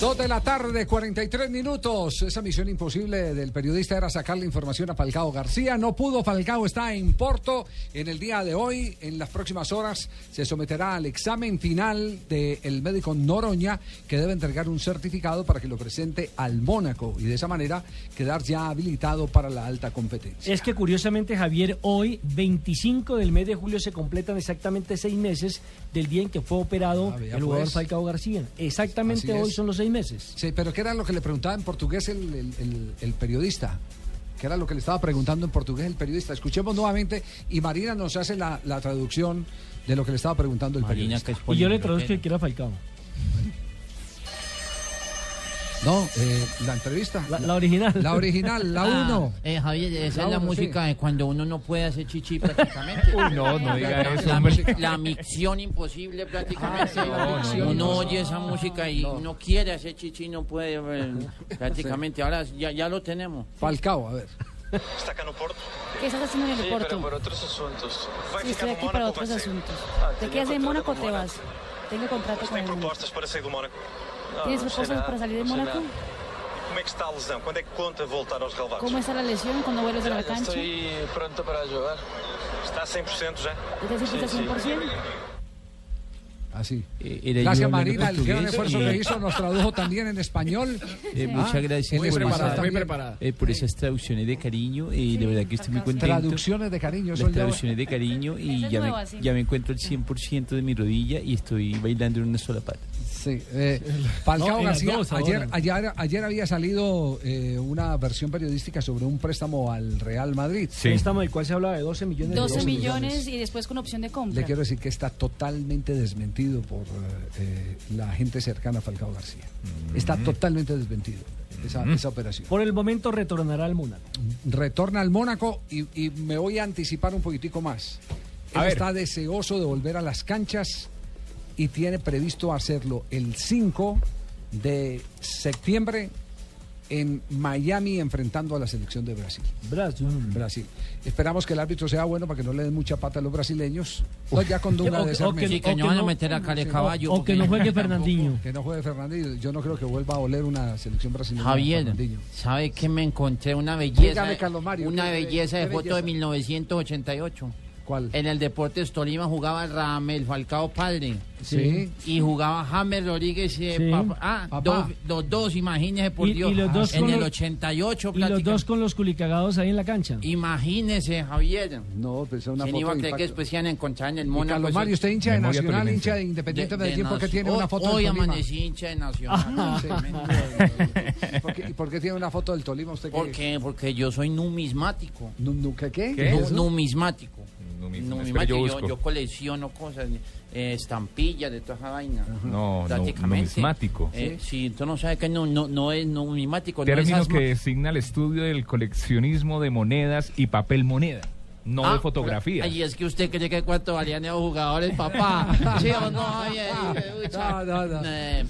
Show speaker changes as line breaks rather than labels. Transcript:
Dos de la tarde, 43 minutos. Esa misión imposible del periodista era sacar la información a Falcao García. No pudo, Falcao está en Porto. En el día de hoy, en las próximas horas, se someterá al examen final del médico Noroña, que debe entregar un certificado para que lo presente al Mónaco y de esa manera quedar ya habilitado para la alta competencia.
Es que curiosamente, Javier, hoy, 25 del mes de julio, se completan exactamente seis meses del día en que fue operado
Ah, vea,
el jugador
pues.
Falcao García. Exactamente
Así
hoy
es.
son los seis meses.
Sí, pero ¿qué era lo que le preguntaba en portugués el, el- el- el periodista? ¿Qué era lo que le estaba preguntando en portugués el periodista? Escuchemos nuevamente y Marina nos hace la, la traducción de lo que le estaba preguntando el
Marina,
periodista.
que es
Y yo le
políglota.
traduzco que quiero a Falcao.
No, eh, la entrevista.
La, la original.
La original, la
Ah,
1.
eh, Javier, esa
La
es la
uno,
música
sí.
de cuando uno no puede hacer chichi prácticamente.
Uy, no, no diga
La-
eso,
la,
hombre.
la micción imposible prácticamente.
Ah, no, no, no,
uno
no,
oye esa música y no. quiere hacer chichi, no puede eh, prácticamente. Ahora ya, ya lo tenemos.
Falcao, a ver.
Está acá no Porto.
¿Qué estás haciendo en el
Sí,
Porto?
pero por otros asuntos. Vai
Sí, estoy
ficar no
aquí para
Mónaco,
otros
vai sair.
asuntos.
Ah,
¿Te
tenía
quedas en
contrato
Mónaco
con
o te
Mónaco. Pues
vas? Tengo contrato
Mas
con
tem
el Mónaco.
propostas para sair do Mónaco. Não,
¿Tienes
não sei
propuestas
nada,
para salir de
não sei
Mónaco?
nada. Como é que está a lesão? Quando é que conta voltar aos relevados?
¿Cómo está la lesión cuando vuelves é a
Já,
la
já
cancha?
estoy pronto para jogar. Está 100% já?
¿Estás siempre
Sí, sí.
100%?
Así.
Eh, era yo
Gracias
hablando
Marina, el gran
portugués,
esfuerzo
eh,
que hizo nos tradujo también en español.
eh,
Ah,
muchas gracias
muy
por
preparada
esa-
también.
eh, por esas traducciones de cariño. Eh, de verdad que estoy muy contento.
Traducciones de cariño,
las
son ya-
traducciones de cariño
Esa
y
es
ya,
nueva,
me,
sí.
ya me encuentro el 100% de mi rodilla y estoy bailando en una sola pata.
Sí, eh, Falcao
No, en las
García,
dos
ayer,
ahora.
ayer, ayer había salido eh, una versión periodística sobre un préstamo al Real Madrid.
Préstamo del cual se hablaba de 12 millones de
12
euros.
millones y después con opción de compra.
Le quiero decir que está totalmente desmentido por eh, eh, la gente cercana a Falcao García. Está totalmente desmentido esa, esa operación.
Por el momento retornará al Mónaco.
Retorna al Mónaco y, y me voy a anticipar un poquitico más.
A
Él
ver.
está deseoso de volver a las canchas y tiene previsto hacerlo el 5 de septiembre en Miami enfrentando a la selección de Brasil.
Brazo.
Brasil. Esperamos que el árbitro sea bueno para que no le den mucha pata a los brasileños. No, ya con duda
O-
de
o
ser
que-
menos.
Sí, que
o
no
que
van a
no-
meter a Cale
sí,
Caballo.
O que no juegue Fernandinho.
Que no juegue Fernandinho. Yo no creo que vuelva a oler una selección brasileña.
Javier,
Fernandinho.
¿sabe qué me encontré? Una belleza.
Dígame, Carlos Mario,
una
¿qué-
belleza
qué
de foto
belleza?
de 1988.
¿Cuál?
En el Deportes Tolima jugaba Ramel Falcao Padre.
Sí.
Y jugaba James Rodríguez. eh,
Sí.
papá. Ah,
Papá.
dos- los dos, imagínese por
Y- y
Dios.
los dos
en
con
el
los-
88,
Y los
prácticamente.
dos con los culicagados ahí en la cancha.
Imagínese, Javier.
No, pues es una
¿Quién
foto
iba a
de
creer que
impacto.
después se iban a encontrar en el
Y
Mónaco?
Carlos Mario,
esos-
usted hincha de
Memoria
Nacional,
tolimense.
hincha de Independiente
pues, de-
de Medellín,
de
porque
Nacio-
tiene
Hoy-
una foto
Hoy
del Tolima.
amanecí hincha
Ah,
de Nacional.
Sí. ¿Y por qué- y por qué tiene una foto del Tolima usted? que-
¿Por qué? Porque yo soy numismático.
Nu- nu- ¿Qué? ¿Qué?
¿Qué?
¿Qué
Nu-
es eso?
Numismático.
Numis-
Numismático.
espere, yo
Yo,
busco.
yo colecciono cosas, eh, estampillas de toda esa vaina.
No, no,
Prácticamente.
numismático.
Eh, Si tú no sabes que no, no, no es numismático, no es
Término
asma.
que designa el estudio del coleccionismo de monedas y papel moneda, no de
Ah,
fotografía.
Ay, es que usted cree que cuánto valían los jugadores, papá. ¿Sí o no? Oye, uy,
No, no, no.
eh,